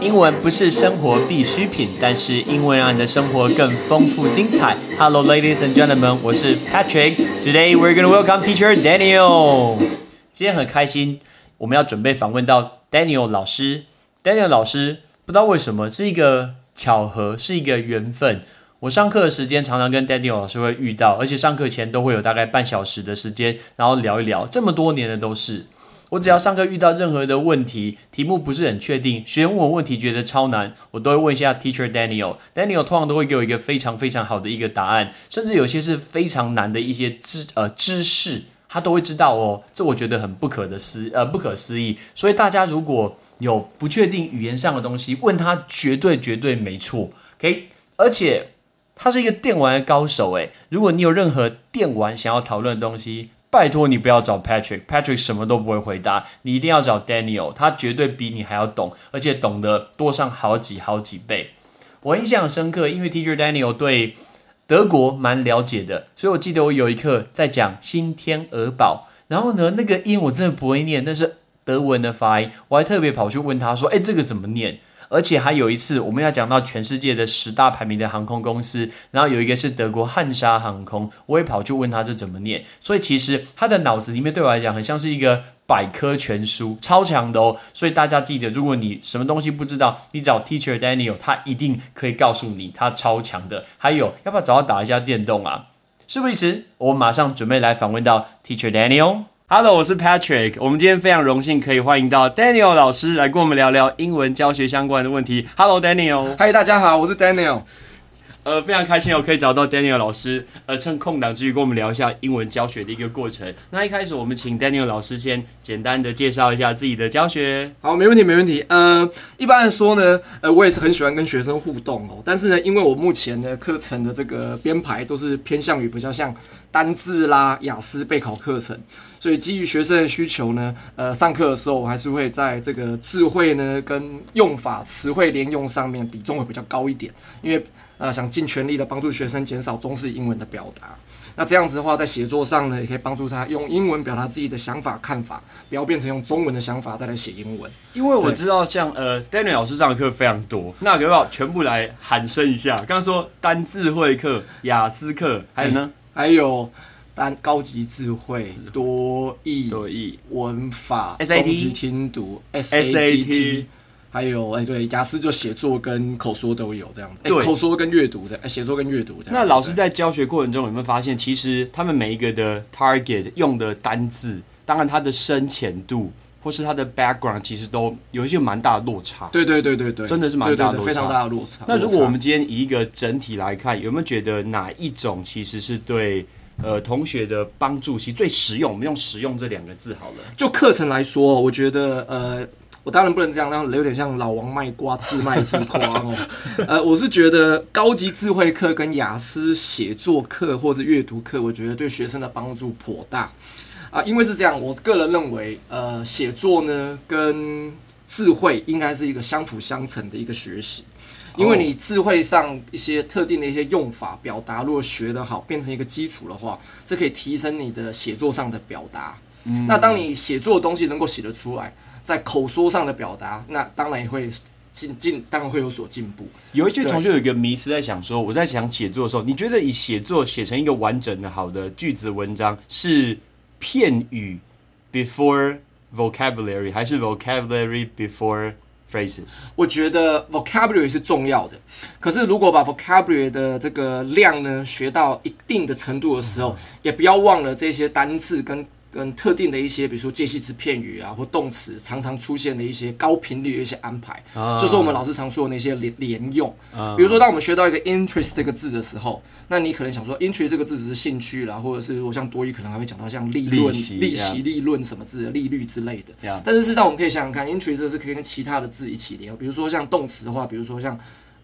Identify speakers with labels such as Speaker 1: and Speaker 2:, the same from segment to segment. Speaker 1: 英文不是生活必需品，但是英文让你的生活更丰富精彩。Hello, ladies and gentlemen，我是 Patrick。Today we're going to welcome teacher Daniel。今天很开心，我们要准备访问到 Daniel 老师。Daniel 老师不知道为什么是一个巧合，是一个缘分。我上课的时间常常跟 Daniel 老师会遇到，而且上课前都会有大概半小时的时间，然后聊一聊，这么多年的都是。我只要上课遇到任何的问题，题目不是很确定，学员问我问题觉得超难，我都会问一下 Teacher Daniel。Daniel 通常都会给我一个非常非常好的一个答案，甚至有些是非常难的一些知呃知识，他都会知道哦。这我觉得很不可的思呃不可思议。所以大家如果有不确定语言上的东西，问他绝对绝对没错。OK，而且他是一个电玩的高手诶，如果你有任何电玩想要讨论的东西，拜托你不要找 Patrick，Patrick Patrick 什么都不会回答，你一定要找 Daniel，他绝对比你还要懂，而且懂得多上好几好几倍。我印象深刻，因为 Teacher Daniel 对德国蛮了解的，所以我记得我有一课在讲新天鹅堡，然后呢，那个音我真的不会念，那是德文的发音，我还特别跑去问他说：“哎，这个怎么念？”而且还有一次，我们要讲到全世界的十大排名的航空公司，然后有一个是德国汉莎航空，我也跑去问他这怎么念。所以其实他的脑子里面对我来讲，很像是一个百科全书，超强的哦。所以大家记得，如果你什么东西不知道，你找 Teacher Daniel，他一定可以告诉你，他超强的。还有，要不要找他打一下电动啊？事不宜迟，我们马上准备来访问到 Teacher Daniel。Hello，我是 Patrick。我们今天非常荣幸可以欢迎到 Daniel 老师来跟我们聊聊英文教学相关的问题。Hello，Daniel。
Speaker 2: 嗨，大家好，我是 Daniel。
Speaker 1: 呃，非常开心哦，可以找到 Daniel 老师，呃，趁空档之余跟我们聊一下英文教学的一个过程。那一开始我们请 Daniel 老师先简单的介绍一下自己的教学。
Speaker 2: 好，没问题，没问题。呃，一般来说呢，呃，我也是很喜欢跟学生互动哦。但是呢，因为我目前的课程的这个编排都是偏向于比较像单字啦、雅思备考课程，所以基于学生的需求呢，呃，上课的时候我还是会在这个智慧呢跟用法、词汇连用上面比重会比较高一点，因为呃想尽全力的帮助学生减少中式英文的表达。那这样子的话，在写作上呢，也可以帮助他用英文表达自己的想法、看法，不要变成用中文的想法再来写英文。
Speaker 1: 因为我
Speaker 2: 对
Speaker 1: 知道像呃 Daniel 老师上的课非常多，那可不可以全部来喊声一下？刚刚说单字会课、雅思课，还有呢，
Speaker 2: 还有单高级智慧、多义、
Speaker 1: 多义、
Speaker 2: 文法、
Speaker 1: SAT
Speaker 2: 中级听读、
Speaker 1: SAT
Speaker 2: 还有哎、对，雅思就写作跟口说都有这样子，哎
Speaker 1: 对
Speaker 2: 口说跟阅读这样，哎、写作跟阅读这样。
Speaker 1: 那老师
Speaker 2: 对
Speaker 1: 在教学过程中有没有发现，其实他们每一个的 target 用的单字，当然它的深浅度或是它的 background，其实都有一些蛮大的落差。
Speaker 2: 对对对对对，
Speaker 1: 真的是蛮
Speaker 2: 对对
Speaker 1: 大
Speaker 2: 对
Speaker 1: 落
Speaker 2: 非常
Speaker 1: 差
Speaker 2: 大的落差。
Speaker 1: 那如
Speaker 2: 落
Speaker 1: 果
Speaker 2: 差
Speaker 1: 我们今天以一个整体来看，有没有觉得哪一种其实是对呃同学的帮助，其实最实用？我们用“实用”这两个字好了。
Speaker 2: 就课程来说，我觉得呃，我当然不能这样，让有点像老王卖瓜，自卖自夸哦。呃，我是觉得高级智慧课跟雅思写作课或者阅读课，我觉得对学生的帮助颇大啊、因为是这样，我个人认为，呃，写作呢跟智慧应该是一个相辅相成的一个学习。因为你智慧上一些特定的一些用法表达，如果学得好，变成一个基础的话，这可以提升你的写作上的表达。那当你写作的东西能够写得出来，在口说上的表达，那当然也会进进，当然会有所进步。
Speaker 1: 有一些
Speaker 2: 对
Speaker 1: 同学有一个迷思在想说，我在想写作的时候，你觉得以写作写成一个完整的好的句子文章是片语 before vocabulary 还是 vocabulary before phrases？
Speaker 2: 我觉得 vocabulary 是重要的，可是如果把 vocabulary 的这个量呢学到一定的程度的时
Speaker 1: 嗯
Speaker 2: 候，也不要忘了这些单字跟跟特定的一些，比如说介系词片语啊，或动词常常出现的一些高频率的一些安排，
Speaker 1: 啊
Speaker 2: 就是我们老师常说的那些连连用。比如说，当我们学到一个 interest 这个字的时候，那你可能想说 interest 这个字只是兴趣啦，或者是我像多语可能还会讲到像利润、
Speaker 1: 利息啊
Speaker 2: 利息
Speaker 1: yeah
Speaker 2: 利润什么之类的、利率之类的。
Speaker 1: Yeah
Speaker 2: 但是事实上，我们可以想想看，interest 这是可以跟其他的字一起连，哦比如说像动词的话，比如说像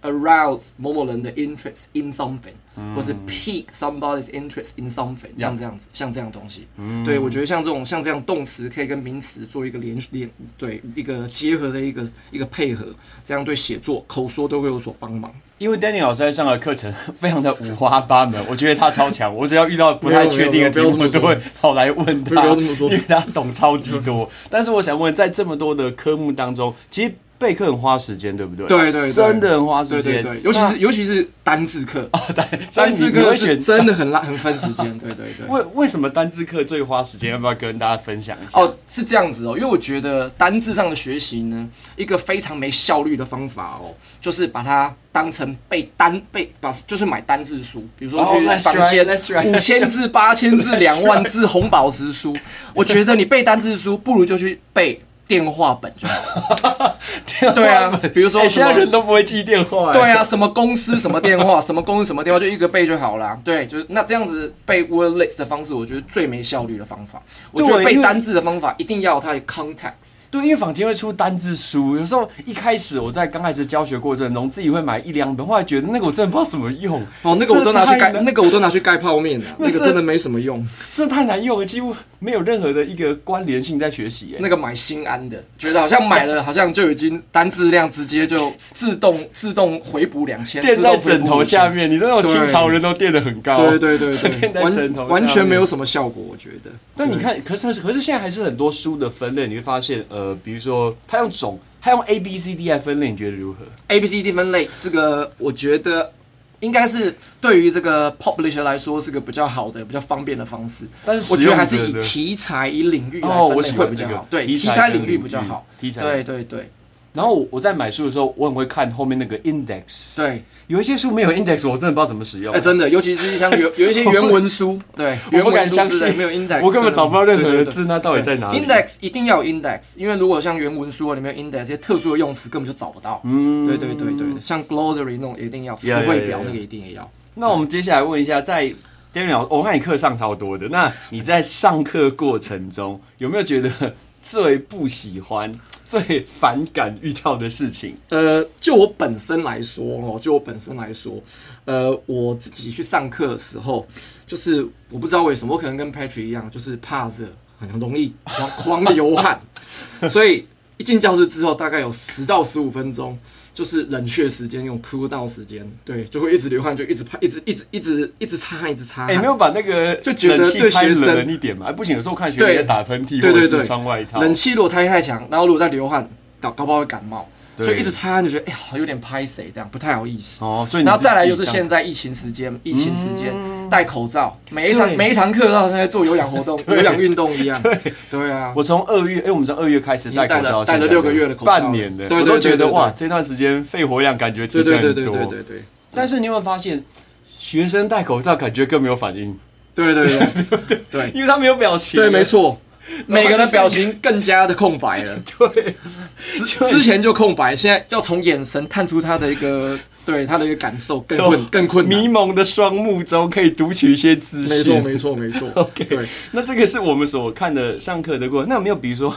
Speaker 2: arouse 某某人的 interest in something，、或
Speaker 1: 嗯
Speaker 2: 是 pique somebody's interest in something，像这样子，像这样东西。
Speaker 1: 嗯
Speaker 2: 对，我觉得像这种像这样动词可以跟名词做一个连连，对一个结合的一个一个配合，这样对写作、口说都会有所帮忙。
Speaker 1: 因为 Daniel 老师在上的课程非常的五花八 门，我觉得他超强。我只要遇到不太确定的题目，
Speaker 2: 没有没有没有不
Speaker 1: 我
Speaker 2: 要这么说
Speaker 1: 都会跑来问他，
Speaker 2: 不要这么说
Speaker 1: 因为他懂超级多。但是我想问，在这么多的科目当中，其实备课很花时间，对不对？
Speaker 2: 对对对
Speaker 1: 真的很花时
Speaker 2: 对对
Speaker 1: 间，
Speaker 2: 对，尤其是尤其是单字课，
Speaker 1: 所以
Speaker 2: 单
Speaker 1: 你你
Speaker 2: 字课
Speaker 1: 会
Speaker 2: 是
Speaker 1: 选
Speaker 2: 真的很拉很分时间，对对对。
Speaker 1: 为为什么单字课最花时间？要不要跟大家分享一下？
Speaker 2: 哦，是这样子哦，因为我觉得单字上的学习呢，一个非常没效率的方法哦，就是把它当成背单背，把就是买单字书，比如说
Speaker 1: 哦
Speaker 2: 去
Speaker 1: that's
Speaker 2: 房
Speaker 1: right,
Speaker 2: 间
Speaker 1: that's right,
Speaker 2: 五 千字、八千字、两万字红宝石书，我觉得你背单字书，不如就去背电话本就好。
Speaker 1: 电话
Speaker 2: 对啊
Speaker 1: 本
Speaker 2: 比如说
Speaker 1: 哎
Speaker 2: 什
Speaker 1: 现在
Speaker 2: 么
Speaker 1: 人都不会记电话、哎
Speaker 2: 对啊，什么公司什么电话，什么公司什么电话，就一个背就好啦。对，就是那这样子背 word list 的方式，我觉得最没效率的方法。我觉得
Speaker 1: 对
Speaker 2: 背
Speaker 1: 因为
Speaker 2: 单字的方法一定要有它的 context。
Speaker 1: 对，因为坊间会出单字书，有时候一开始我在刚开始教学过程中，自己会买一两本，后来觉得那个我真的不知道怎么用。
Speaker 2: 哦，那个我都拿去盖
Speaker 1: 这太，难
Speaker 2: 那个我都拿去盖 泡面了，
Speaker 1: 那
Speaker 2: 那个
Speaker 1: 这
Speaker 2: 真的没什么用。
Speaker 1: 这太难用了，几乎没有任何的一个关联性在学习、哎，
Speaker 2: 那个买心安的，觉得好像买了，好像就已经单质量直接就自动自动回补两千，
Speaker 1: 垫
Speaker 2: 自
Speaker 1: 在
Speaker 2: 动回补
Speaker 1: 枕头下
Speaker 2: 5000。
Speaker 1: 面，你那种清朝人都垫得很高。
Speaker 2: 对对对对
Speaker 1: 垫在枕头
Speaker 2: 完
Speaker 1: 下
Speaker 2: 完全
Speaker 1: 面
Speaker 2: 没有什么效果，我觉得。
Speaker 1: 但你看，可是可是现在还是很多书的分类，你会发现，呃，比如说它用种，它用 A B C D 来分类，你觉得如何？
Speaker 2: A、B、C、D 分类是个，我觉得应该是对于这个 publisher 来说是个比较好的、比较方便的方式。
Speaker 1: 但是
Speaker 2: 我
Speaker 1: 使
Speaker 2: 觉
Speaker 1: 用
Speaker 2: 得还是
Speaker 1: 者
Speaker 2: 以
Speaker 1: 的
Speaker 2: 题材、以领域来
Speaker 1: 哦
Speaker 2: 分
Speaker 1: 我
Speaker 2: 类
Speaker 1: 喜
Speaker 2: 会
Speaker 1: 欢
Speaker 2: 比较
Speaker 1: 这个
Speaker 2: 好。对，
Speaker 1: 题
Speaker 2: 题
Speaker 1: 材
Speaker 2: 材
Speaker 1: 跟
Speaker 2: 领域
Speaker 1: 领
Speaker 2: 比较
Speaker 1: 域
Speaker 2: 好。
Speaker 1: 题材
Speaker 2: 对对对
Speaker 1: 然后我在买书的时候，我很会看后面那个 index。
Speaker 2: 对。
Speaker 1: 有一些书没有 index，我真的不知道怎么使用。啊
Speaker 2: 哎、真的，尤其是像 有有一些原文书，对，
Speaker 1: 我
Speaker 2: 原
Speaker 1: 不
Speaker 2: 文
Speaker 1: 敢
Speaker 2: 书
Speaker 1: 相
Speaker 2: 之类
Speaker 1: 信
Speaker 2: 没有 index，
Speaker 1: 我根本找不到任何
Speaker 2: 对对
Speaker 1: 的
Speaker 2: 对
Speaker 1: 字那到底在哪里
Speaker 2: 对 index 一定要有 index，因为如果像原文书啊里面有 index，一些特殊的用词根本就找不到。嗯，对对对对，对像 glossary 那种一定要，词
Speaker 1: Yeah,
Speaker 2: 汇
Speaker 1: yeah,
Speaker 2: 表
Speaker 1: yeah,
Speaker 2: 那个一定也要。
Speaker 1: 那我们接下来问一下，在 Daniel，我看你课上超多的，那你在上课过程中有没有觉得最不喜欢、最反感遇到的事情？
Speaker 2: 呃，就我本身来说哦，就我本身来说，呃，我自己去上课的时候，就是我不知道为什么，我可能跟 Patrick 一样，就是怕热，很容易狂狂流汗， 所以一进教室之后，大概有十到十五分钟，就是冷却时间，用 cool down 时间，对，就会一直流汗，就一直怕，一直一直一直一直擦汗，一直擦
Speaker 1: 哎、
Speaker 2: 汗。
Speaker 1: 没有把那个
Speaker 2: 就觉得
Speaker 1: 冷气
Speaker 2: 对
Speaker 1: 开
Speaker 2: 学生
Speaker 1: 冷一点嘛？哎不行，有时候看学生
Speaker 2: 对
Speaker 1: 在打喷嚏，
Speaker 2: 对对
Speaker 1: 或者
Speaker 2: 对，
Speaker 1: 是穿外套，
Speaker 2: 冷气如果太太强，然后如果再流汗，搞搞不好会感冒，
Speaker 1: 对
Speaker 2: 所以一直擦汗就觉得哎呀，有点拍谁这样，不太好意思。
Speaker 1: 哦，所以你
Speaker 2: 然后再来就是
Speaker 1: 自己上
Speaker 2: 现在疫情时间，
Speaker 1: 嗯
Speaker 2: 疫情时间、戴口罩，每一场每一堂课都好像在做有 氧活动、有氧运动一样。对啊，
Speaker 1: 我从二月，哎、我们从二月开始戴口
Speaker 2: 已经戴
Speaker 1: 罩，
Speaker 2: 了戴了
Speaker 1: 现在
Speaker 2: 六个月的口罩
Speaker 1: 半年的，
Speaker 2: 对
Speaker 1: 我
Speaker 2: 对
Speaker 1: 都
Speaker 2: 对
Speaker 1: 觉得
Speaker 2: 对对
Speaker 1: 哇，这段时间肺活量感觉提
Speaker 2: 对
Speaker 1: 升很多。
Speaker 2: 对对对对对对
Speaker 1: 但是你有没有发现，学生戴口罩感觉更没有反应，
Speaker 2: 对对对对 对对
Speaker 1: 因为他没有表情。
Speaker 2: 对，没。错。每个人的表情更加的空白了，
Speaker 1: 对，
Speaker 2: 之前就空白，现在要从眼神探出他的一个对他的一个感受，更
Speaker 1: 从
Speaker 2: 困更困
Speaker 1: 迷
Speaker 2: 难。
Speaker 1: 蒙的双目中可以读取一些资讯。
Speaker 2: 没错没错没错
Speaker 1: OK，
Speaker 2: 对，
Speaker 1: 那这个是我们所看的上课的过程。那有没有比如说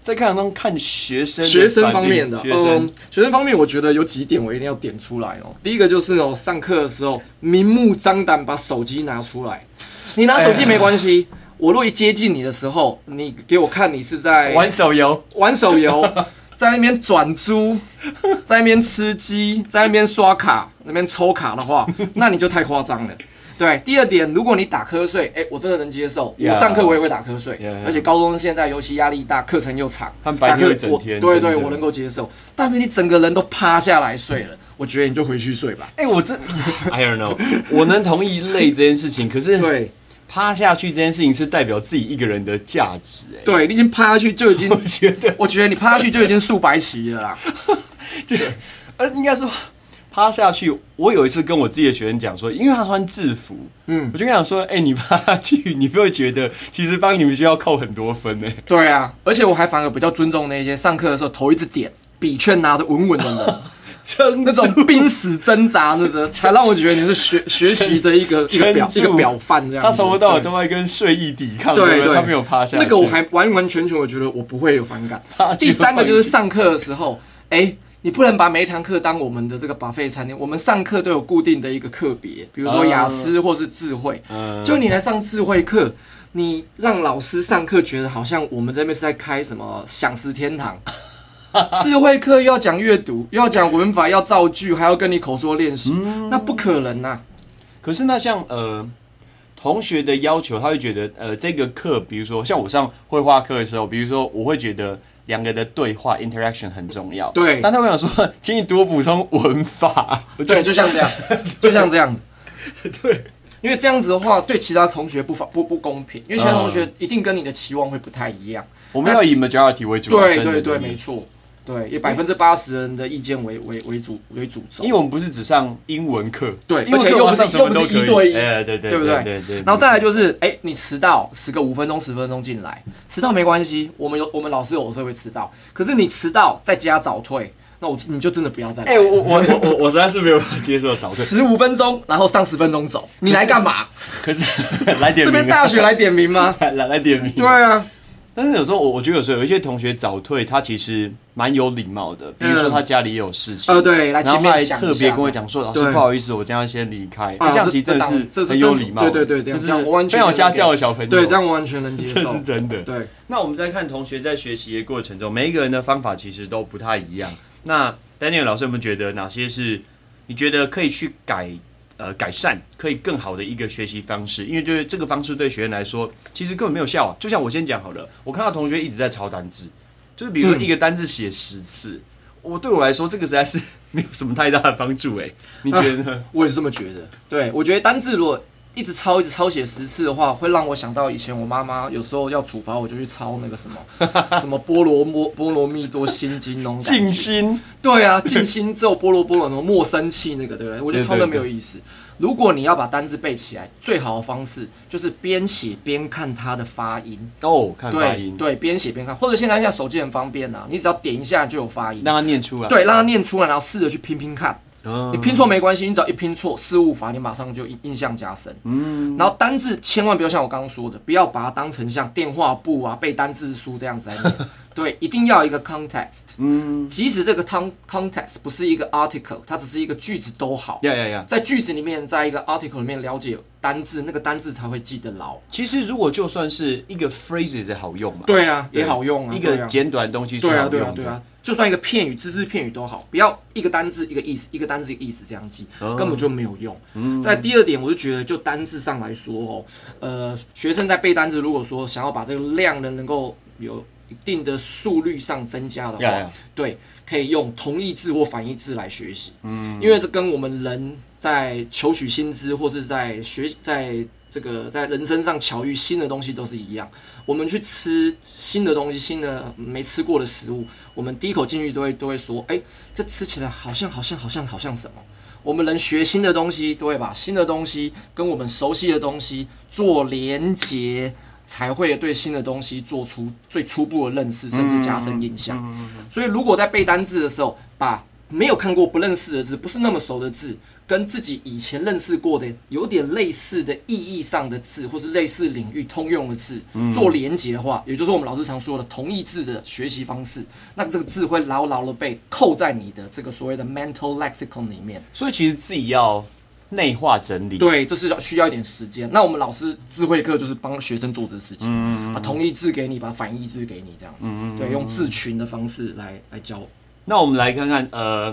Speaker 1: 在课堂中看学生的
Speaker 2: 学生
Speaker 1: 反应
Speaker 2: 方面的，
Speaker 1: 学生
Speaker 2: 嗯，学生方面，我觉得有几点我一定要点出来哦。第一个就是哦，上课的时候明目张胆把手机拿出来，你拿
Speaker 1: 哎
Speaker 2: 手机没关系。我若一接近你的时候，你给我看你是在
Speaker 1: 玩手游，
Speaker 2: 玩手游， 在那边转租，在那边吃鸡，在那边刷卡，那边抽卡 的话，那你就太夸张了。对，第二点，如果你打瞌睡，哎、我真的能接受。
Speaker 1: Yeah
Speaker 2: 我上课我也会打瞌睡
Speaker 1: Yeah, yeah
Speaker 2: 而且高中现在尤其压力大，课程又长，
Speaker 1: 他们白天
Speaker 2: 打瞌
Speaker 1: 会整天
Speaker 2: 我对
Speaker 1: 真的
Speaker 2: 对，我能够接受。但是你整个人都趴下来睡了，我觉得你就回去睡吧。
Speaker 1: 哎、我这 I don't know，我能同意累这件事情，可是
Speaker 2: 对
Speaker 1: 趴下去这件事情是代表自己一个人的价值、哎，
Speaker 2: 对，你已经趴下去就已经，
Speaker 1: 我觉得，
Speaker 2: 我觉得你趴下去就已经数白旗了啦。
Speaker 1: 就呃，应该说趴下去。我有一次跟我自己的学生讲说，因为他穿制服，嗯，我就跟他讲说，哎、你趴下去，你不会觉得其实帮你们学校扣很多分呢、 哎
Speaker 2: 对啊，而且我还反而比较尊重那些上课的时候头一直点，笔券拿得稳稳的 人。
Speaker 1: 撑
Speaker 2: 那种濒死挣扎那种，才让我觉得你 是学学习的一个一个表
Speaker 1: 撑
Speaker 2: 一
Speaker 1: 住
Speaker 2: 个表范这样子。
Speaker 1: 他从头到尾都在跟睡意抵抗，
Speaker 2: 对
Speaker 1: 对
Speaker 2: 对
Speaker 1: 不
Speaker 2: 对，
Speaker 1: 对？他没有趴下去。
Speaker 2: 那个我还完完全全，我觉得我不会 有反感
Speaker 1: 趴下。去
Speaker 2: 第三个就是上课的时候，哎、你不能把每一堂课当我们的这个 buffet 餐厅，我们上课都有固定的一个课别，比如说
Speaker 1: 嗯
Speaker 2: 雅思或是智慧。
Speaker 1: 嗯
Speaker 2: 就你来上智慧课，你让老师上课觉得好像我们这边是在开什么享食天堂。 智慧课又要讲阅读，又要讲文法，要造句，还要跟你口说练习，
Speaker 1: 嗯
Speaker 2: 那不可能啊呐、
Speaker 1: 可是那像呃同学的要求，他会觉得呃这个课，比如说像我上绘画课的时候，比如说我会觉得两个的对话 interaction 很重要。
Speaker 2: 对
Speaker 1: 但他们想说，请你多补充文法。我觉
Speaker 2: 对，
Speaker 1: 得
Speaker 2: 就像这样，就像这样，对，因为这样子的话，对其他同学不法不不公平，因为其他同学一定跟你的期望会不太一样。
Speaker 1: 我们要以 majority 为主啊。
Speaker 2: 对
Speaker 1: 真的
Speaker 2: 对对，
Speaker 1: 真的
Speaker 2: 没错，对，以百分之八十人的意见为为为主为主轴
Speaker 1: 因。为我们不是只上英文课，
Speaker 2: 对，
Speaker 1: 英文
Speaker 2: 而且
Speaker 1: 课
Speaker 2: 又不
Speaker 1: 我上
Speaker 2: 是
Speaker 1: 什
Speaker 2: 又
Speaker 1: 么
Speaker 2: 不
Speaker 1: 都
Speaker 2: 是
Speaker 1: 可以
Speaker 2: 一对一，
Speaker 3: 哎对对
Speaker 2: 不
Speaker 3: 对对对对
Speaker 2: 然后再来就是，哎，你迟到迟个五分钟十分钟进来，迟到没关系，我们有我们老师有时候会迟到，可是你迟到再加早退，那我你就真的不要再来
Speaker 1: 哎、。我我我我我实在是没有办法接受早 退，
Speaker 2: 十五分钟，然后上十分钟走，你来干嘛？
Speaker 1: 可是来点
Speaker 2: 这
Speaker 1: 名啊，？
Speaker 2: 边大学来点名吗
Speaker 1: 来来来 点名，
Speaker 2: 对啊，
Speaker 1: 但是有时候我我觉得有时候有一些同学早退，他其实蛮有礼貌的，比如说他家里也有事情，
Speaker 2: 嗯呃对来
Speaker 1: 然后
Speaker 2: 前面
Speaker 1: 他还
Speaker 2: 讲一
Speaker 1: 特别
Speaker 2: 下
Speaker 1: 跟我讲说，老师
Speaker 2: 对
Speaker 1: 不好意思，我今天要先离开，
Speaker 2: 啊
Speaker 1: 哎这样其实真的
Speaker 2: 这这
Speaker 1: 是
Speaker 2: 这
Speaker 1: 很有礼貌的，
Speaker 2: 对对对，
Speaker 1: 就
Speaker 2: 这样
Speaker 1: 是
Speaker 2: 这样我完
Speaker 1: 非
Speaker 2: 全
Speaker 1: 常有家
Speaker 2: 能
Speaker 1: 教的小朋友，
Speaker 2: 对，这样完全能接
Speaker 1: 这
Speaker 2: 受
Speaker 1: 是，真的。
Speaker 2: 对，
Speaker 1: 那我们在看同学在学习的过程中，每一个人的方法其实都不太一样。那 Daniel 老师，有没有觉得哪些是你觉得可以去改呃改善，可以更好的一个学习方式？因为就是这个方式对学员来说，其实根本没有效啊。就像我先讲好了，我看到同学一直在抄单字，就是比如说
Speaker 2: 嗯
Speaker 1: 一个单字写十次。我对我来说，这个实在是没有什么太大的帮助哎、你觉得 呢？
Speaker 2: 我也是这么觉得。对，我觉得单字如果一直抄一直抄写十次的话，会让我想到以前我妈妈有时候要处罚我，就去抄那 个什么什么波罗摩波罗蜜多心经那种感觉
Speaker 1: 静心
Speaker 2: 对啊，静心咒、波罗波罗什么莫生气那个，对不对？我觉得
Speaker 1: 对
Speaker 2: 超的
Speaker 1: 对
Speaker 2: 没有意思。如果你要把单字背起来，最好的方式就是边写边看它的发音。
Speaker 1: 哦，看发
Speaker 2: 对
Speaker 1: 音，
Speaker 2: 对，边写边看，或者现在现在手机很方便啊，你只要点一下就有发音。
Speaker 1: 让他念出来。
Speaker 2: 对，让它念出来，然后试着去拼拼看。
Speaker 1: 嗯，
Speaker 2: 你拼错没关系，你只要一拼错失误法，你马上就印印象加深。嗯，然后单字千万不要像我刚刚说的，不要把它当成像电话簿啊、背单字书这样子来 念。对，一定要有一个 context。嗯，即使这个 con context 不是一个 article，它只是一个句子都好。
Speaker 1: 呀呀呀，
Speaker 2: 在句子里面，在一个 article 里面了解单字，那个单字才会记得牢。
Speaker 1: 其实如果就算是一个 phrase 也好用嘛，
Speaker 2: 对啊，也好用啊，
Speaker 1: 一
Speaker 2: 对
Speaker 1: 个
Speaker 2: 啊
Speaker 1: 简短的东西是
Speaker 2: 对啊，
Speaker 1: 好
Speaker 2: 对
Speaker 1: 用
Speaker 2: 啊，
Speaker 1: 的。
Speaker 2: 对啊，就算一个片语、只字片语都好，不要一个单字一个意思，一个单字一个意思这样记，
Speaker 1: 哦
Speaker 2: 根本就没有用。
Speaker 1: 嗯
Speaker 2: 在第二点，我就觉得就单字上来说哦，呃，学生在背单字，如果说想要把这个量呢能够有一定的速率上增加的话
Speaker 1: Yeah, yeah.
Speaker 2: 对，可以用同义字或反义字来学习，嗯，因为这跟我们人在求取新知或是在学在。这个在人身上巧遇新的东西都是一样，我们去吃新的东西、新的没吃过的食物，我们第一口进去都会都会说，哎，这吃起来好像好像好像好像什么。我们人学新的东西，都会把新的东西跟我们熟悉的东西做连结，才会对新的东西做出最初步的认识，甚至加深印象。所以，如果在背单字的时候，把没有看过、不认识的字，不是那么熟的字，跟自己以前认识过的有点类似的意义上的字，或是类似领域通用的字做连结的话，也就是我们老师常说的同义字的学习方式，那这个字会牢牢的被扣在你的这个所谓的 mental lexicon 里面。
Speaker 1: 所以其实自己要内化整理。
Speaker 2: 对，这是要需要一点时间。那我们老师智慧课就是帮学生做这个
Speaker 1: 嗯
Speaker 2: 事情，把同义字给你，把反义字给你，这样子，对，
Speaker 1: 嗯
Speaker 2: 用字群的方式来来教。
Speaker 1: 那我们来看看，呃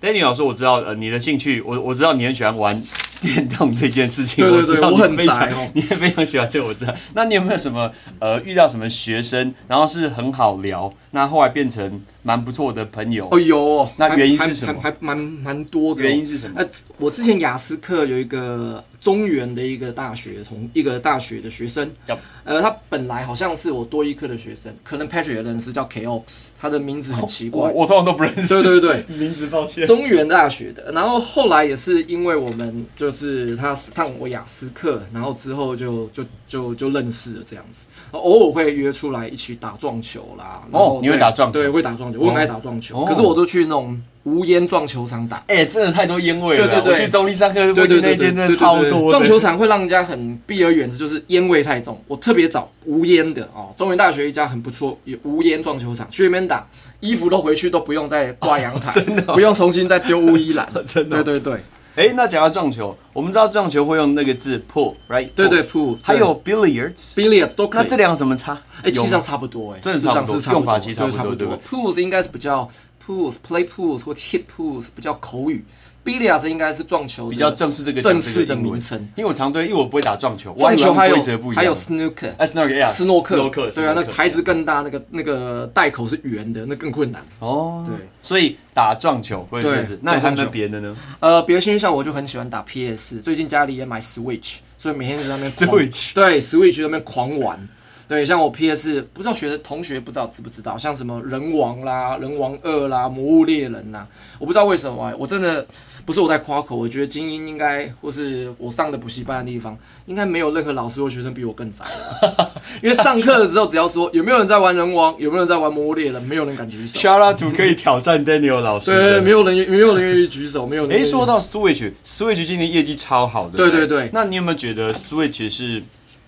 Speaker 1: ，Danny 老师，我知道，呃，你的兴趣，我我知道你很喜欢玩 电动这件事情，
Speaker 2: 对对对
Speaker 1: 我知道你
Speaker 2: 我很
Speaker 1: 非常
Speaker 2: 宅 哦
Speaker 1: 你也非常喜欢这，个，我知道。那你有没有什么呃遇到什么学生，然后是很好聊，那后来变成蛮不错的朋友？
Speaker 2: 哦，有哦
Speaker 1: 那
Speaker 2: 还
Speaker 1: 原因
Speaker 2: 还
Speaker 1: 是什么
Speaker 2: 还还蛮蛮多的哦、
Speaker 1: 原因是什么
Speaker 2: 呃，我之前雅思课有一个中原的一个大学同一个大学的学生
Speaker 1: Yup，
Speaker 2: 呃，他本来好像是我多一课的学生，可能 Patrick 也认识，叫 Kox，他的名字很奇
Speaker 1: 我
Speaker 2: 怪。
Speaker 1: 我通常都不认识，
Speaker 2: 对对对，
Speaker 1: 名字抱歉。
Speaker 2: 中原大学的，然后后来也是因为我们就是他上我雅思课，然后之后就就就就认识了这样子，偶尔会约出来一起打撞球啦。然后
Speaker 1: 哦你会
Speaker 2: 对
Speaker 1: 打撞球
Speaker 2: 对，会打撞球，我很爱打撞球，
Speaker 1: 哦
Speaker 2: 可是我都去那种无烟撞球场打。
Speaker 1: 哎、真的太多烟味了啦。
Speaker 2: 对对对
Speaker 1: 我去中立上课，我
Speaker 2: 对
Speaker 1: 去
Speaker 2: 对
Speaker 1: 那间
Speaker 2: 对对
Speaker 1: 真
Speaker 2: 对
Speaker 1: 的
Speaker 2: 对，
Speaker 1: 超
Speaker 2: 对
Speaker 1: 多的。
Speaker 2: 撞球场会让人家很避而远之，就是烟味太重。我特别找无烟的哦，中原大学一家很不错，有无烟撞球场，去那边打，衣服都回去都不用再挂 阳台，真的、不用重新再丢污衣篮，
Speaker 1: 哦真的哦
Speaker 2: 对对对。
Speaker 1: 哎、那讲到撞球，我们知道撞球会用那个字 pool，right？
Speaker 2: 对对
Speaker 1: Balls
Speaker 2: pool，
Speaker 1: 还有 billiards。
Speaker 2: billiards 都可以。
Speaker 1: 那这两有什么差？
Speaker 2: 哎，其
Speaker 1: 有
Speaker 2: 实
Speaker 1: 吗
Speaker 2: 上差不多哎，
Speaker 1: 真的
Speaker 2: 事实上
Speaker 1: 差不多
Speaker 2: 是差不多，
Speaker 1: 用法其实差不
Speaker 2: 对
Speaker 1: 多
Speaker 2: 差不
Speaker 1: 对不
Speaker 2: 多。Pools 应该是比较 pools play pools 或 hit pools 比较口语， billiards 应该是撞球的
Speaker 1: 比较正式这个
Speaker 2: 正式
Speaker 1: 讲这个
Speaker 2: 的
Speaker 1: 英
Speaker 2: 名
Speaker 1: 文
Speaker 2: 称。
Speaker 1: 因为我常对，因为我不会打撞球，我还以为
Speaker 2: 撞球
Speaker 1: 他
Speaker 2: 还
Speaker 1: 们
Speaker 2: 有
Speaker 1: 规则不一样。
Speaker 2: 还有 snooker，
Speaker 1: 哎，斯诺克呀，
Speaker 2: 斯诺克，
Speaker 1: 斯诺克，
Speaker 2: 对啊，那台
Speaker 1: 台
Speaker 2: 子更大，那个那个袋口是圆的，那更困难。
Speaker 1: 哦，
Speaker 2: 对，
Speaker 1: 所以打撞球会
Speaker 2: 对
Speaker 1: 就是，那你还有没
Speaker 2: 打撞
Speaker 1: 有
Speaker 2: 球
Speaker 1: 别的呢
Speaker 2: 呃，别的兴趣像我就很喜欢打 PS，最近家里也买 Switch，所以每天就在那边狂
Speaker 1: Switch
Speaker 2: 对 Switch 在那边狂玩。对，像我 PS 不知道学的同学不知道知不知道，像什么人王啦、人王二啦、魔物猎人啦，我不知道为什么、欸，我真的不是我在夸口，我觉得精英应该或是我上的补习班的地方，应该没有任何老师或学生比我更宅了， 因为上课的时候只要说有没有人在玩人王，有没有人在玩魔物猎人，没有人敢举手，
Speaker 1: ？Shout out to 可以挑战 Daniel 老师
Speaker 2: 对，
Speaker 1: 的。
Speaker 2: 没有人没有人愿意举手，没有人愿
Speaker 1: 哎，
Speaker 2: 意。
Speaker 1: 说到 Switch，Switch 今年业绩超好的，不
Speaker 2: 对对对
Speaker 1: 那你有没有觉得 Switch 是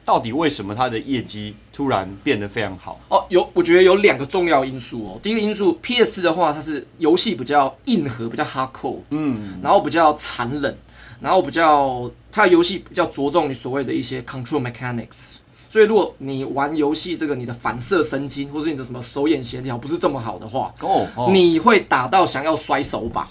Speaker 1: 到底为什么它的业绩突然变得非常好？
Speaker 2: 哦，有，我觉得有两个重要因素哦。第一个因素，PS 的话，它是游戏比较硬核，比较 hardcore，
Speaker 1: 嗯，
Speaker 2: 然后比较残忍，然后比较它的游戏比较着重于所谓的一些 control mechanics。所以，如果你玩游戏这个你的反射神经或者你的什么手眼协调不是这么好的话，
Speaker 1: 哦，哦
Speaker 2: 你会打到想要摔 手把。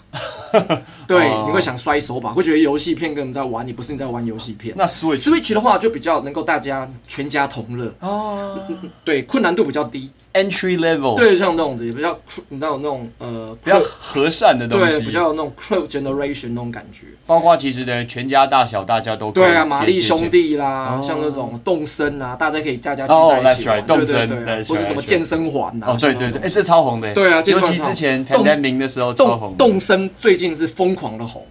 Speaker 2: 对，
Speaker 1: 哦
Speaker 2: 你会想摔手把，会觉得游戏片跟人在玩，你不是你在玩游戏片。
Speaker 1: 那 Switch
Speaker 2: Switch 的话就比较能够大家全家同乐，
Speaker 1: 哦
Speaker 2: 对，困难度比较低，
Speaker 1: ，entry level
Speaker 2: 对，像那种子也比较，你知道那种呃，
Speaker 1: 比较和善的东西，
Speaker 2: 对，比较有那种 crow generation 那种感觉。
Speaker 1: 包括其实呢，全家大小大家都可以
Speaker 2: 对
Speaker 1: 直
Speaker 2: 啊，
Speaker 1: 接
Speaker 2: 玛丽
Speaker 1: 接
Speaker 2: 兄
Speaker 1: 触
Speaker 2: 弟啦，
Speaker 1: 哦
Speaker 2: 像那种动身啊，大家可以家家聚
Speaker 1: 哦
Speaker 2: 在一起
Speaker 1: that's
Speaker 2: 玩
Speaker 1: right，
Speaker 2: 对
Speaker 1: 动
Speaker 2: 对
Speaker 1: 身
Speaker 2: 对
Speaker 1: that's
Speaker 2: 或者
Speaker 1: right，
Speaker 2: 什么
Speaker 1: that's right
Speaker 2: 健身环啊，
Speaker 1: 哦，对对对，哎，这超红的，
Speaker 2: 对啊这
Speaker 1: 尤
Speaker 2: 超
Speaker 1: 其
Speaker 2: 超
Speaker 1: 之前
Speaker 2: 动
Speaker 1: 谭丹明的时候超红的，
Speaker 2: 动动身最近是疯狂的红，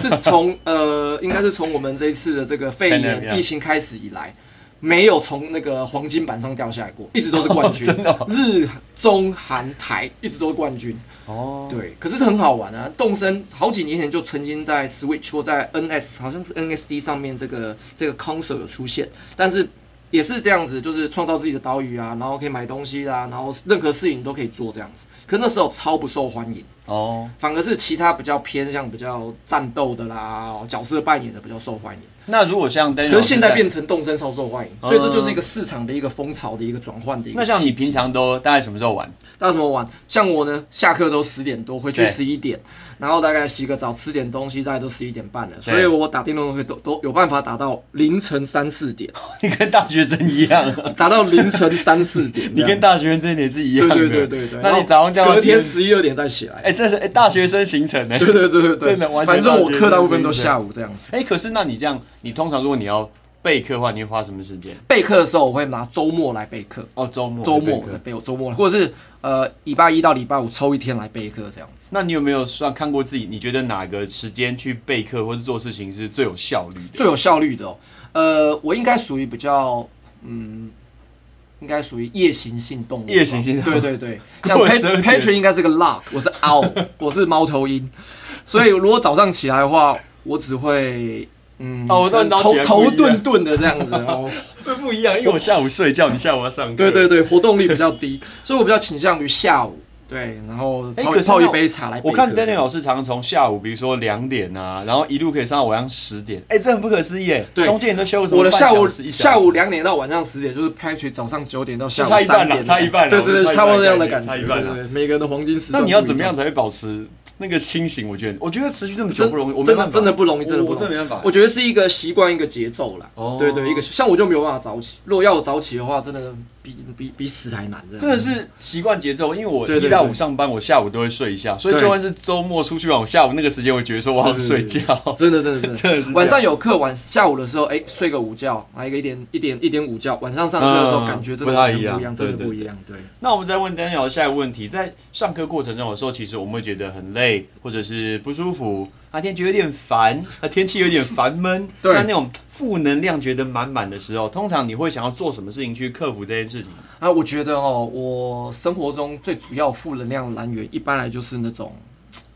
Speaker 2: 是从呃，应该是从我们这一次的这个肺
Speaker 1: Pandemic，
Speaker 2: 炎疫情开始以来，没有从那个黄金板上掉下来过，一直都是冠军，
Speaker 1: 哦真的哦
Speaker 2: 日中韩台一直都是冠军。
Speaker 1: 哦，
Speaker 2: 对，可是很好玩啊！动森好几年前就曾经在 Switch 或在 NS，好像是 NSD 上面这个这个 console 有出现，但是也是这样子，就是创造自己的岛屿啊，然后可以买东西啦、然后任何事情都可以做这样子。可那时候超不受欢迎，
Speaker 1: 哦，
Speaker 2: 反而是其他比较偏向比较战斗的啦、角色扮演的比较受欢迎。
Speaker 1: 那如果像 Daniel，
Speaker 2: 可是现在
Speaker 1: 老师
Speaker 2: 变成动森超受欢迎，所以这就是一个市场的一个风潮的一个转换的一个
Speaker 1: 那像
Speaker 2: 契
Speaker 1: 你
Speaker 2: 机
Speaker 1: 平常都大概什么时候玩？
Speaker 2: 那怎么玩？像我呢，下课都十点多，回去
Speaker 1: 对
Speaker 2: 十一点，然后大概洗个澡，吃点东西，大概都十一点半了。
Speaker 1: 对
Speaker 2: 所以我打电动会都都有办法打到凌晨三四点，
Speaker 1: 你跟大学生一样，啊
Speaker 2: 打到凌晨三四点 这
Speaker 1: 你
Speaker 2: 样。
Speaker 1: 跟大学生这一年是一样
Speaker 2: 对
Speaker 1: 的，
Speaker 2: 对对对对。
Speaker 1: 那
Speaker 2: 然
Speaker 1: 你
Speaker 2: 后
Speaker 1: 早上叫
Speaker 2: 隔天，十一二点再起来。
Speaker 1: 哎，这是哎大学生行程呢，
Speaker 2: 对对对对
Speaker 1: 真的
Speaker 2: 对，
Speaker 1: 完全
Speaker 2: 反正我课大部分都
Speaker 1: 大学生
Speaker 2: 下午这样子。
Speaker 1: 哎，可是那你这样，你通常如果你要备课的话，你会花什么时间？
Speaker 2: 备课的时候我会拿周末来备课，
Speaker 1: 哦，周末
Speaker 2: 周
Speaker 1: 备
Speaker 2: 末
Speaker 1: 课
Speaker 2: 来备我周末，或者是呃礼拜一到礼拜五抽一天来备课这样子。
Speaker 1: 那你有没有算看过自己？你觉得哪个时间去备课或是做事情是最有效率 的？
Speaker 2: 最有效率的、哦。呃，我应该属于比较，嗯，应该属于夜行性动物吧。
Speaker 1: 夜行性动物
Speaker 2: 对 对对，像
Speaker 1: 过了12
Speaker 2: Pat-
Speaker 1: 点
Speaker 2: Patrick 应该是个 Lark，我是 Owl，我是猫头鹰，所以如果早上起来的话，我只会。嗯，
Speaker 1: 哦我都很早起
Speaker 2: 头
Speaker 1: 来
Speaker 2: 头
Speaker 1: 不一样
Speaker 2: 顿顿的这样子， 哦，
Speaker 1: 会不一样，因为我下午睡觉，你下午要上课。
Speaker 2: 对对。对，活动力比较低，所以我比较倾向于下午，对，然后
Speaker 1: 哎，
Speaker 2: 泡
Speaker 1: 可是
Speaker 2: 泡
Speaker 1: 那
Speaker 2: 一杯茶来备课。
Speaker 1: 我看 Daniel 老师常常从下午，比如说两点啊，然后一路可以上到晚上十点，哎，这很不可思议耶！
Speaker 2: 对
Speaker 1: 中间你都休什么
Speaker 2: 我的
Speaker 1: 半
Speaker 2: 下
Speaker 1: 小
Speaker 2: 午
Speaker 1: 时一小时
Speaker 2: 下午两点到晚上十点，就是 Patrick 早上九点到下午
Speaker 1: 就差一半
Speaker 2: 三点，
Speaker 1: 啦差一半啦
Speaker 2: 对对
Speaker 1: 我
Speaker 2: 对，
Speaker 1: 就
Speaker 2: 差
Speaker 1: 差一半
Speaker 2: 不多这样的
Speaker 1: 感觉差
Speaker 2: 感觉，
Speaker 1: 一半啦
Speaker 2: 对对每个人的黄金时
Speaker 1: 那
Speaker 2: 段。
Speaker 1: 你要怎么样？才会保持那个清醒？我觉得，我觉得持续这么久
Speaker 2: 真
Speaker 1: 不容易，我没
Speaker 2: 真
Speaker 1: 办
Speaker 2: 的
Speaker 1: 法
Speaker 2: 真的不容易，真的
Speaker 1: 我
Speaker 2: 不容
Speaker 1: 真
Speaker 2: 易
Speaker 1: 的没办法。
Speaker 2: 我觉得是一个习惯，一个节奏啦。
Speaker 1: 哦
Speaker 2: 对对，一个像我就没有办法早起，如果要我早起的话，真的比比比死还难。
Speaker 1: 真的是习惯节奏，因为我
Speaker 2: 对对
Speaker 1: 一到
Speaker 2: 对
Speaker 1: 五上班，我下午都会睡一下，所以
Speaker 2: 对
Speaker 1: 就算是周末出去玩，我下午那个时间，我觉得说我好想睡觉。
Speaker 2: 真的真的真的
Speaker 1: 真的是这样
Speaker 2: 晚上有课，晚下午的时候，哎、睡个午觉，来个一点一点一点午觉，晚上上课的时候
Speaker 1: 嗯
Speaker 2: 感觉真
Speaker 1: 不
Speaker 2: 的
Speaker 1: 太
Speaker 2: 完
Speaker 1: 一
Speaker 2: 全
Speaker 1: 样
Speaker 2: 不一样，真的
Speaker 1: 对对
Speaker 2: 不一样。对，
Speaker 1: 那我们再问 Daniel 下一个问题，在上课过程中，有时候其实我们会觉得很累，或者是不舒服，那天觉得有点烦，那天气有点烦闷，
Speaker 2: 对
Speaker 1: 那那种负能量觉得满满的时候，通常你会想要做什么事情去克服这件事情？
Speaker 2: 啊，我觉得哦，我生活中最主要负能量来源，一般来就是那种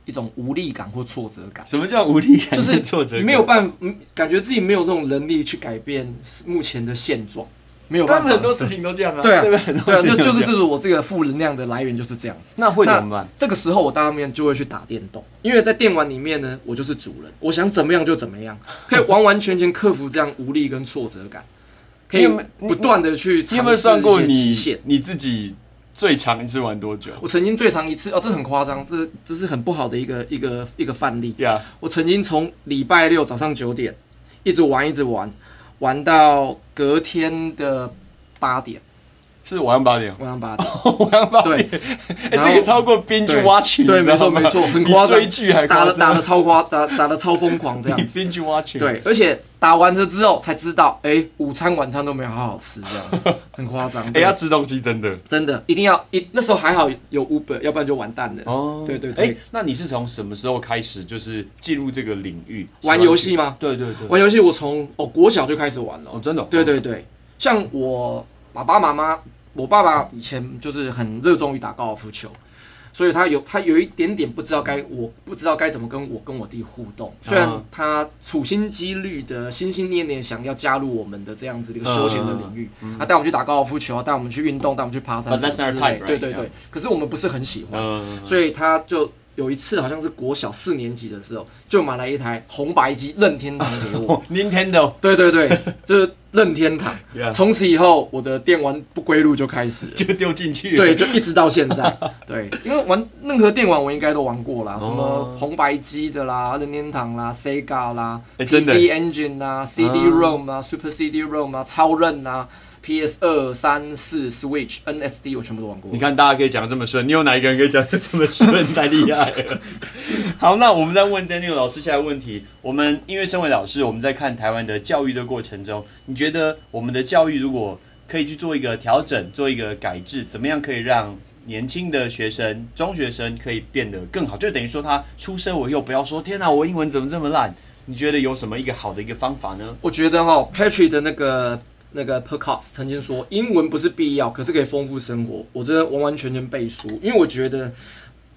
Speaker 2: 一种无力感或挫折感，
Speaker 1: 什么叫无力感？
Speaker 2: 就
Speaker 1: 挫折
Speaker 2: 是
Speaker 1: 感，
Speaker 2: 没有办法，嗯感觉自己没有这种能力去改变目前的现状，没有办
Speaker 1: 但
Speaker 2: 法。
Speaker 1: 是很多事情都这样啊，
Speaker 2: 对啊，
Speaker 1: 对
Speaker 2: 对
Speaker 1: 吧？
Speaker 2: 啊，
Speaker 1: 很多事情
Speaker 2: 那
Speaker 1: 都
Speaker 2: 就是
Speaker 1: 这
Speaker 2: 这
Speaker 1: 样。
Speaker 2: 是我这个负能量的来源就是这样子。
Speaker 1: 那会怎么办？
Speaker 2: 这个时候我当面就会去打电动，因为在电玩里面呢，我就是主人，我想怎么样就怎么样，可以完完全全克服这样无力 跟挫折感，可
Speaker 1: 你
Speaker 2: 以
Speaker 1: 有没有你
Speaker 2: 不断的去
Speaker 1: 你
Speaker 2: 尝
Speaker 1: 有没
Speaker 2: 试
Speaker 1: 有算
Speaker 2: 一
Speaker 1: 过
Speaker 2: 些极
Speaker 1: 你
Speaker 2: 限。
Speaker 1: 你自己最长一次玩多久？
Speaker 2: 我曾经最长一次哦，这很夸张，这这是很不好的一个一个一个范例。
Speaker 1: 呀、
Speaker 2: 我曾经从礼拜六早上九点一直玩一直玩，玩到隔天的八点，
Speaker 1: 是晚上八点哦，
Speaker 2: 晚上八点。
Speaker 1: 晚上八点，哎、
Speaker 2: 然后
Speaker 1: 这个超过 binge
Speaker 2: 对
Speaker 1: watching，
Speaker 2: 对，
Speaker 1: 你知道
Speaker 2: 没错
Speaker 1: 吗
Speaker 2: 没错，很夸
Speaker 1: 比
Speaker 2: 张，
Speaker 1: 追剧还
Speaker 2: 打
Speaker 1: 夸
Speaker 2: 的打
Speaker 1: 张
Speaker 2: 的，超夸，打打的超疯狂这
Speaker 1: 比
Speaker 2: 样子。
Speaker 1: binge watching 哎
Speaker 2: 对，而且打完这之后才知道，哎、午餐晚餐都没有好好吃，这样 子很夸张。
Speaker 1: 哎、
Speaker 2: 对
Speaker 1: 要吃东西真的
Speaker 2: 真的一定要一那时候还好有 Uber，要不然就完蛋了。
Speaker 1: 哦
Speaker 2: 对对
Speaker 1: 哎、
Speaker 2: 对
Speaker 1: 那你是从什么时候开始就是进入这个领域
Speaker 2: 玩游？戏吗？
Speaker 1: 对对对，
Speaker 2: 玩游戏我从哦国小就开始玩了。
Speaker 1: 哦，真的、哦，
Speaker 2: 对对对，像我爸爸妈妈，我爸爸以前就是很热衷于打高尔夫球，所以他有他有一点点不知道该我不知道该怎么跟我跟我弟互动。虽然
Speaker 1: 啊
Speaker 2: 他处心积虑的、心心念念想要加入我们的这样子的一个休闲的领域，他带我们去打高尔夫球啊，带我们去运动，带我们去爬
Speaker 3: 嗯
Speaker 2: 山
Speaker 3: But
Speaker 2: 什
Speaker 3: that's
Speaker 2: 么之
Speaker 3: not our
Speaker 2: 类
Speaker 3: type,
Speaker 2: 的。
Speaker 3: right?
Speaker 2: 对对对，可是我们不是很喜欢。
Speaker 1: 嗯，
Speaker 2: 所以他就有一次好像是国小四年级的时候，就买来一台红白机任天堂给我。
Speaker 1: 哦 Nintendo
Speaker 2: 对对 对，就是任天堂
Speaker 1: Yeah.。
Speaker 2: 从此以后，我的电玩不归路就开始了。
Speaker 1: 就丢进去了，
Speaker 2: 对，，就一直到 现在。对，因为玩任何电玩我应该都玩过
Speaker 1: 哦
Speaker 2: 啦，什么红白机的啦、任天堂啦、Sega 啦、
Speaker 1: 哎真
Speaker 2: PC
Speaker 1: 的啊
Speaker 2: Engine 啊啦、CD-ROM 啦、Super CD-ROM 啦、啊超任啦、PS 二、三、四、Switch、NSD 我全部都玩过
Speaker 1: 你。看大家可以讲得这么顺，你有哪一个人可以讲得这么 顺？太厉害了！好，那我们再问 Daniel 老师下一个问题。我们因为身为老师，我们在看台湾的教育的过程中，你觉得我们的教育如果可以去做一个调整，做一个改制，怎么样可以让年轻的学生、中学生可以变得更好？就等于说他出生我又不要说天哪、我英文怎么这么烂？你觉得有什么一个好的一个方法呢？
Speaker 2: 我觉得哈、p a t r i c 的那个那个 podcast 曾经说，英文不是必要，可是可以丰富生活。我真的完完全全背书，因为我觉得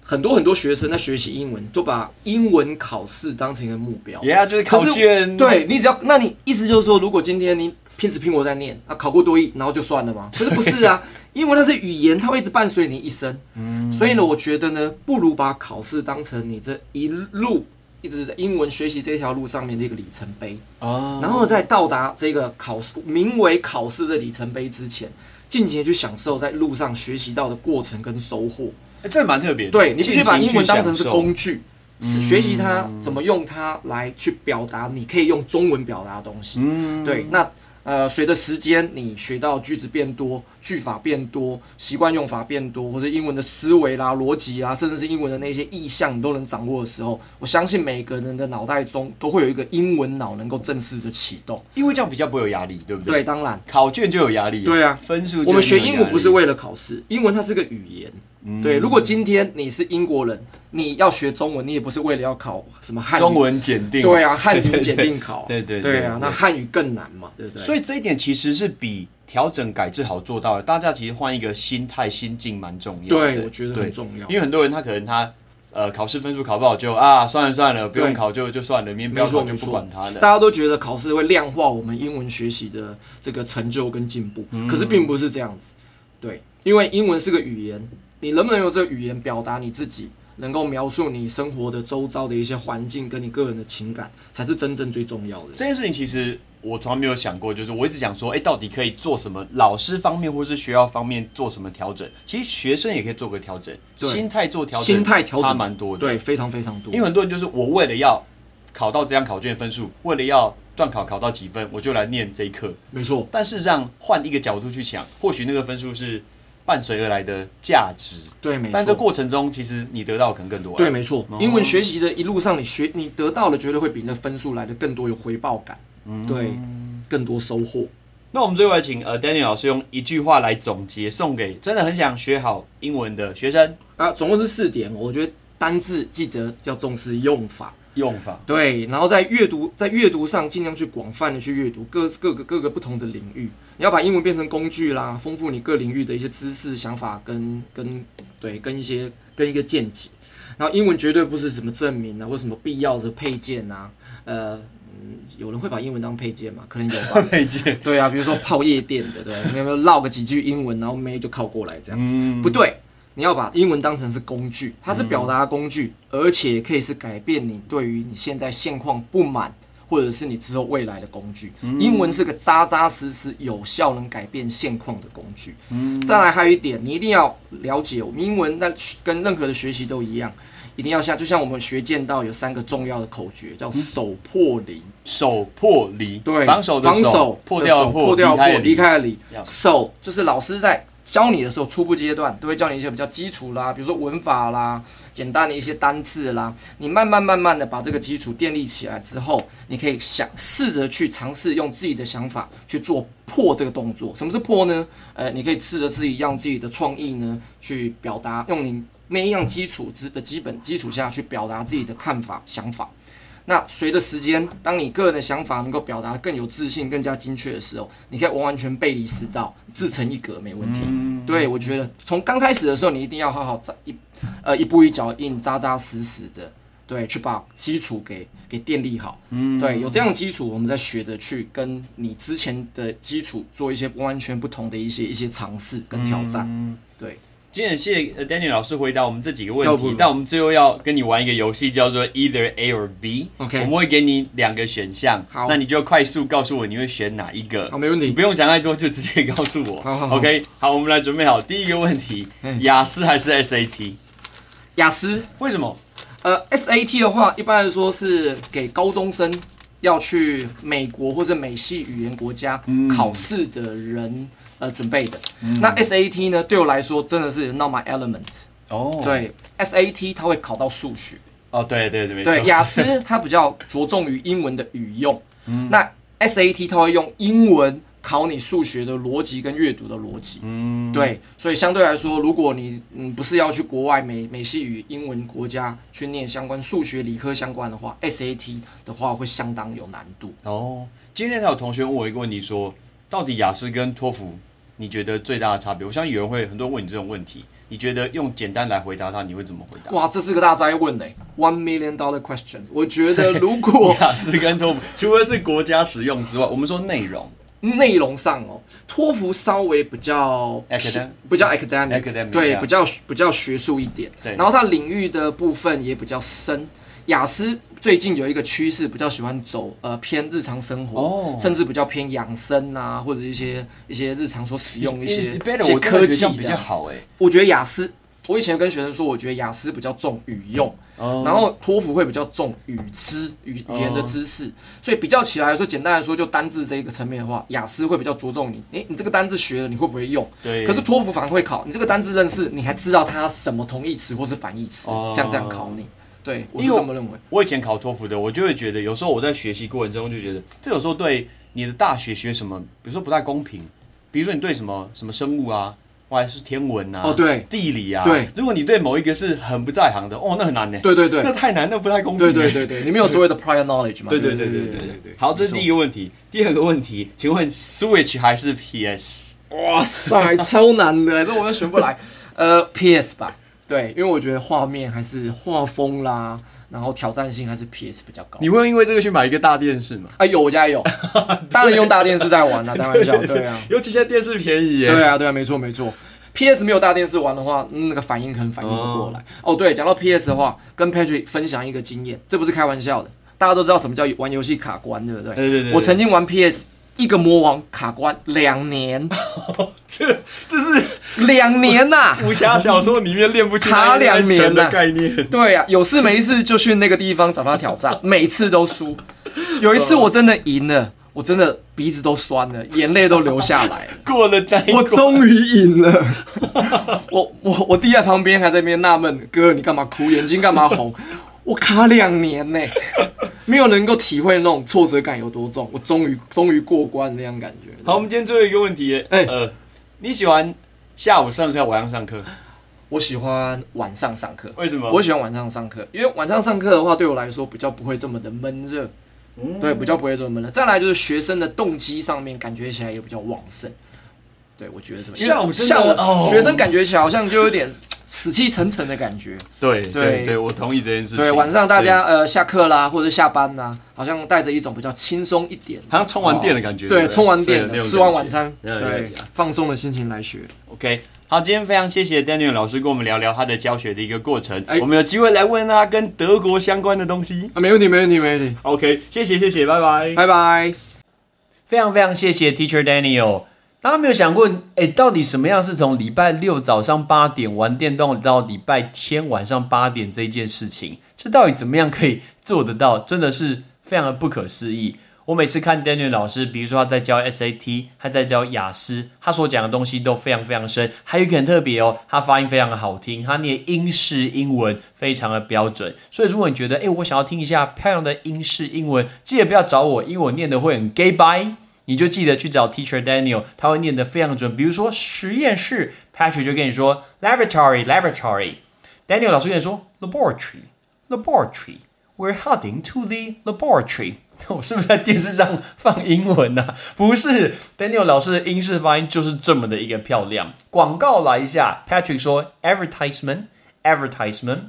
Speaker 2: 很多很多学生在学习英文，都把英文考试当成一个目标。
Speaker 1: 也、yeah, 就是考
Speaker 2: 可是
Speaker 1: 卷，，
Speaker 2: 对你只要，那你意思就是说，如果今天你拼死拼活在念啊，考过多一，然后就算了吗？可是不 是啊，因为它是语言，它会一直伴随你一生。嗯，所以呢，我觉得呢，不如把考试当成你这一路一直在英文学习这条路上面的一个里程碑。
Speaker 1: 哦，
Speaker 2: 然后在到达这个考试名为考试的里程碑之前，尽情地去享受在路上学习到的过程跟收获。
Speaker 1: 欸这蛮特别的。
Speaker 2: 对你必须把
Speaker 1: 尽情
Speaker 2: 英文
Speaker 1: 去
Speaker 2: 当成是
Speaker 1: 享受嗯
Speaker 2: 工具，是学习它怎么用它来去表达，你可以用中文表达的东西。
Speaker 1: 嗯
Speaker 2: 对，那呃，随着时间，你学到句子变多，句法变多，习惯用法变多，或者英文的思维啦、逻辑啊啦，甚至是英文的那些意象，你都能掌握的时候，我相信每个人的脑袋中都会有一个英文脑能够正式的启动。
Speaker 1: 因为这样比较不会有压力，对不对？
Speaker 2: 对，，当然。
Speaker 1: 考卷就有压力。
Speaker 2: 对啊
Speaker 1: 分数就
Speaker 2: 我们学
Speaker 1: 没有
Speaker 2: 英
Speaker 1: 压力
Speaker 2: 文不是为了考试，英文它是个语言。
Speaker 1: 嗯
Speaker 2: 对，如果今天你是英国人，你要学中文，你也不是为了要考什么汉语
Speaker 1: 中。文检定，
Speaker 2: 对啊，汉语检定 考。
Speaker 1: 对对对
Speaker 2: 对啊，那汉语更难嘛，对不对？
Speaker 1: 所以这一点其实是比调整改制好做到的。大家其实换一个心态、心境蛮重要的。
Speaker 2: 对我觉得很重要
Speaker 1: 因为很多人他可能他呃考试分数考不好就啊算了算了，不用
Speaker 2: 对
Speaker 1: 考就就算了，明天不
Speaker 2: 没
Speaker 1: 要考
Speaker 2: 错
Speaker 1: 就
Speaker 2: 没
Speaker 1: 不
Speaker 2: 错
Speaker 1: 管它，了。
Speaker 2: 大家都觉得考试会量化我们英文学习的这个成就跟进步，
Speaker 1: 嗯
Speaker 2: 可是并不是这样子。对，因为英文是个语言，你能不能用这个语言表达你自己，能够描述你生活的周遭的一些环境跟你个人的情感，才是真正最重要的。
Speaker 1: 这件事情其实我从来没有想过，就是我一直想说，哎，到底可以做什么？老师方面或是学校方面做什么调整？其实学生也可以做个调整，
Speaker 2: 对
Speaker 1: 心态做调整，
Speaker 2: 心态调整
Speaker 1: 差蛮多的。
Speaker 2: 对，非常非常多。
Speaker 1: 因为很多人就是我为了要考到这张考卷分数，为了要段考考到几分，我就来念这一课。
Speaker 2: 没错，
Speaker 1: 但事实上，换一个角度去想，或许那个分数是伴随而来的价值，
Speaker 2: 对，没错。
Speaker 1: 但这过嗯程中，其实你得到的可能更多。哎
Speaker 2: 对，，没错，英文学习的一路上，你学你得到的绝对会比那分数来的更多有回报感，
Speaker 1: 嗯
Speaker 2: 对，更多收获。
Speaker 1: 那我们最后来请呃 Daniel 老师用一句话来总结，送给真的很想学好英文的学生
Speaker 2: 啊，总共是四点，我觉得单字记得要重视用法，
Speaker 1: 用法。
Speaker 2: 对，然后在阅读在阅读上尽量去广泛的去阅读各各个各个不同的领域，你要把英文变成工具啦，丰富你各领域的一些知识、想法跟跟对跟一些跟一个见解。然后英文绝对不是什么证明啊，或什么必要的配件啊，呃，嗯，有人会把英文当配件吗？可能有吧。
Speaker 1: 配件。
Speaker 2: 对啊，比如说泡夜店的，对，啊你有没有唠个几句英文，然后妹就靠过来这样子？
Speaker 1: 嗯
Speaker 2: 不对，你要把英文当成是工具，它是表达的工具，而且可以是改变你对于你现在现况不满或者是你之后未来的工具。英文是个扎扎实实、有效能改变现况的工具。再来还有一点，你一定要了解我们英文，那跟任何的学习都一样，一定要像就像我们学剑道有三个重要的口诀，叫手破离。
Speaker 1: 手破离，
Speaker 2: 对，
Speaker 1: 防守的
Speaker 2: 防守
Speaker 1: 破
Speaker 2: 的
Speaker 1: 掉
Speaker 2: 手
Speaker 1: 的
Speaker 2: 破
Speaker 1: 离
Speaker 2: 掉
Speaker 1: 开的
Speaker 2: 离
Speaker 1: 离
Speaker 2: 开的离
Speaker 1: 要，
Speaker 2: 手就是老师在教你的时候，初步阶段都会教你一些比较基础啦，比如说文法啦，简单的一些单字啦，你慢慢慢慢的把这个基础建立起来之后，你可以想试着去尝试用自己的想法去做破这个动作。什么是破呢？呃，你可以试着自己让自己的创意呢去表达，用你那一样基础之的基本基础下去表达自己的看法想法。那随着时间，当你个人的想法能够表达得更有自信、更加精确的时候，你可以完完全背离世道，自成一格，没问题。对我觉得，从刚开始的时候，你一定要好好扎一，呃，一步一脚印，扎扎实实的，对，去把基础给给建立好。嗯，对，有这样的基础，我们再学着去跟你之前的基础做一些完全不同的一些一些尝试跟挑战。对，
Speaker 1: 今天也谢谢呃 Daniel 老师回答我们这几个问
Speaker 2: 要不
Speaker 1: 题，但我们最后要跟你玩一个游戏，叫做 Either A or B。
Speaker 2: OK
Speaker 1: 我们会给你两个选项，
Speaker 2: 好
Speaker 1: 那你就快速告诉我你会选哪一个。
Speaker 2: 好，没问
Speaker 1: 你
Speaker 2: 题
Speaker 1: 不。用想太多，就直接告诉我。
Speaker 2: 好好好
Speaker 1: OK，好，我们来准备好第一个问题：
Speaker 2: 嗯
Speaker 1: 雅思还是 SAT？
Speaker 2: 雅思，
Speaker 1: 为什么？
Speaker 2: 呃，SAT 的话，一般来说是给高中生要去美国或者美系语言国家考试的人、呃准备的。那 SAT 呢，对我来说真的是 not my element。
Speaker 1: 哦，
Speaker 2: 对，SAT 它会考到数学，
Speaker 1: 哦，对对对，没错。
Speaker 2: 对，雅思它比较着重于英文的语用，那 SAT 它会用英文考你数学的逻辑跟阅读的逻辑。
Speaker 1: 嗯，
Speaker 2: 对，所以相对来说，如果你嗯不是要去国外美美系与英文国家去念相关数学理科相关的话，SAT 的话会相当有难度。
Speaker 1: 哦，今天才有同学问我一个问题说到底雅思跟托福，你觉得最大的差别？我相信有人会很多人问你这种问题，你觉得用简单来回答他，你会怎么回答？
Speaker 2: 哇，这是个大灾问嘞、o n e million dollar question。我觉得如果
Speaker 1: 雅思跟托福，除了是国家使用之外，我们说内容，
Speaker 2: 内容上哦，托福稍微比较
Speaker 1: Academic
Speaker 2: 比较 academic，,
Speaker 1: Academic，
Speaker 2: 对，
Speaker 1: yeah
Speaker 2: 比较比较学术一点。
Speaker 1: 对
Speaker 2: 然后它领域的部分也比较深。雅思最近有一个趋势，比较喜欢走呃偏日常生活
Speaker 1: 哦
Speaker 2: 甚至比较偏养生啊，或者一些一些日常所使用的一些
Speaker 1: It's
Speaker 2: 一
Speaker 1: better，
Speaker 2: 些
Speaker 1: 我真的
Speaker 2: 科
Speaker 1: 觉得
Speaker 2: 技
Speaker 1: 这样比
Speaker 2: 这
Speaker 1: 较
Speaker 2: 样子
Speaker 1: 好哎、
Speaker 2: 我觉得雅思，我以前跟学生说，我觉得雅思比较重语用，
Speaker 1: 哦
Speaker 2: 然后托福会比较重语知语语言的知识，所以比较起来说，简单来说，就单字这一个层面的话，雅思会比较着重你，诶，你这个单字学了，你会不会用？
Speaker 1: 对
Speaker 2: 可是托福反而会考你这个单字认识，你还知道它什么同义词或是反义词，
Speaker 1: 哦
Speaker 2: 这样这样考你。对，我是
Speaker 1: 因为
Speaker 2: 这么认为。
Speaker 1: 我以前考托福的，我就会觉得有时候我在学习过程中就觉得，这有时候对你的大学学什么，比如说不太公平。比如说你对什么什么生物啊，或还是天文啊，
Speaker 2: 哦对
Speaker 1: 地理啊，
Speaker 2: 对
Speaker 1: 如果你对某一个是很不在行的，哦，那很难呢。
Speaker 2: 对对对
Speaker 1: 那太难，那不太公平
Speaker 2: 对
Speaker 1: 欸。
Speaker 2: 对对对，你没有所谓的 prior knowledge 嘛？
Speaker 1: 对
Speaker 2: 对
Speaker 1: 对对对
Speaker 2: 对
Speaker 1: 对对对。好，这是第一个问题。第二个问题，请问 Switch 还是 PS？
Speaker 2: 哇塞， 超难的，这我又学不 来。呃，PS 吧，对，因为我觉得画面还是画风啦，然后挑战性还是 PS 比较高。
Speaker 1: 你会因为这个去买一个大电视吗？
Speaker 2: 啊，有我家 也有，当然用大电视在玩啦、开玩笑，对啊，
Speaker 1: 尤其现在电视便宜耶。
Speaker 2: 对啊，对啊，没错没错。PS 没有大电视玩的话，嗯那个反应可能反应不过来。哦，对，讲到 PS 的话，跟 Patrick 分享一个经验，这不是开玩笑的。大家都知道什么叫玩游戏卡关，对不对？
Speaker 1: 对对对对
Speaker 2: 我曾经玩 PS 一个魔王卡关两年，
Speaker 1: 这这是
Speaker 2: 两年呐、
Speaker 1: 武侠小说里面练不出
Speaker 2: 卡
Speaker 1: 来
Speaker 2: 两年啊
Speaker 1: 的概念。
Speaker 2: 对啊，有事没事就去那个地方找他挑 战，每次都输。有一次我真的赢了，我真的鼻子都酸了，眼泪都流下来了。
Speaker 1: 过了那一
Speaker 2: 我
Speaker 1: 关，
Speaker 2: 终于赢了， 我我我弟在旁边还在那边纳闷，哥你干嘛哭，眼睛干嘛 红？我卡两年呢、没有能够体会那种挫折感有多重。我终于终于过关那样感觉。
Speaker 1: 好，我们今天最后一个问题，
Speaker 2: 哎
Speaker 1: 呃，你喜欢下午上课还是晚上上课？
Speaker 2: 我喜欢晚上上课，
Speaker 1: 为什么
Speaker 2: 我喜欢晚上上课，因为晚上上课的话，对我来说比较不会这么的闷热，
Speaker 1: 嗯
Speaker 2: 对，比较不会这么闷热。再来就是学生的动机上面感觉起来也比较旺盛，对我觉得这么。因为
Speaker 1: 下午真的
Speaker 2: 下午、
Speaker 1: 哦
Speaker 2: 学生感觉起来好像就有点 死气沉沉的感觉，
Speaker 1: 对
Speaker 2: 对
Speaker 1: 对对，我同意这件事情。
Speaker 2: 对，晚上大家呃下课啦或者下班啦，好像带着一种比较轻松一点。
Speaker 1: 好像充完电的感觉。
Speaker 2: 对，
Speaker 1: 不
Speaker 2: 充完电
Speaker 1: 对那
Speaker 2: 了，
Speaker 1: 种
Speaker 2: 吃完
Speaker 1: 感觉
Speaker 2: 晚餐，
Speaker 1: Yeah, yeah,
Speaker 2: 对
Speaker 1: yeah.，
Speaker 2: 放松的心情来学。
Speaker 1: OK，
Speaker 4: 好，今天非常谢谢 Daniel 老师跟我们聊聊他的教学的一个过程，
Speaker 2: 哎
Speaker 4: 我们有机会来问
Speaker 1: 啊
Speaker 4: 他跟德国相关的东西。
Speaker 2: 啊，没问题，没问题，没问题，
Speaker 4: OK，谢谢谢谢，拜拜。
Speaker 2: 拜拜。
Speaker 1: 非常非常谢谢 Teacher Daniel。大家没有想过，哎，到底什么样是从礼拜六早上八点玩电动到礼拜天晚上八点这件事情，这到底怎么样可以做得到？真的是非常的不可思议。我每次看 Daniel 老师，比如说他在教 SAT，他在教雅思，他所讲的东西都非常非常深。还有一个很特别哦，他发音非常的好听，他念英式英文非常的标准。所以如果你觉得，哎，我想要听一下漂亮的英式英文，记得不要找我，因为我念的会很 gay bye。你就记得去找 Teacher Daniel，他会念得非常准。比如说实验室，Patrick 就跟你说 laboratory laboratory，Daniel 老师跟你说 laboratory laboratory。We're heading to the laboratory。我 是不是在电视上放英文呢、不是，Daniel 老师的英式发音就是这么的一个漂亮。广告来一下，Patrick 说 advertisement advertisement。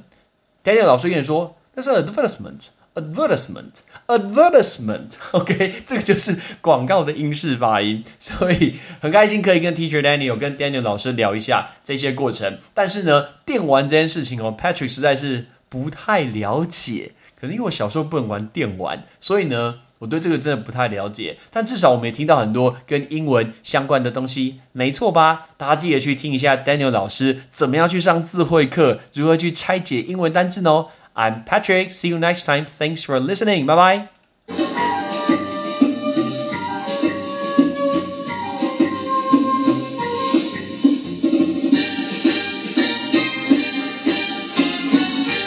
Speaker 1: Daniel 老师跟你说，那是 advertisement。advertisement advertisement OK，这 个就是广告的英式发音， 所以很开心可以跟 Teacher Daniel 跟 Daniel 老师聊一下这些过程。但是呢，电玩这件事情哦，Patrick 实在是不太了解，可能因为我小时候不能玩电玩，所以呢，我对这个真的不太了解。但至少我们也听到很多跟英文相关的东西，没错吧？大家记得去听一下 Daniel 老师怎么样去上智慧课，如何去拆解英文单词呢？I'm Patrick. See you next time. Thanks for listening. Bye bye.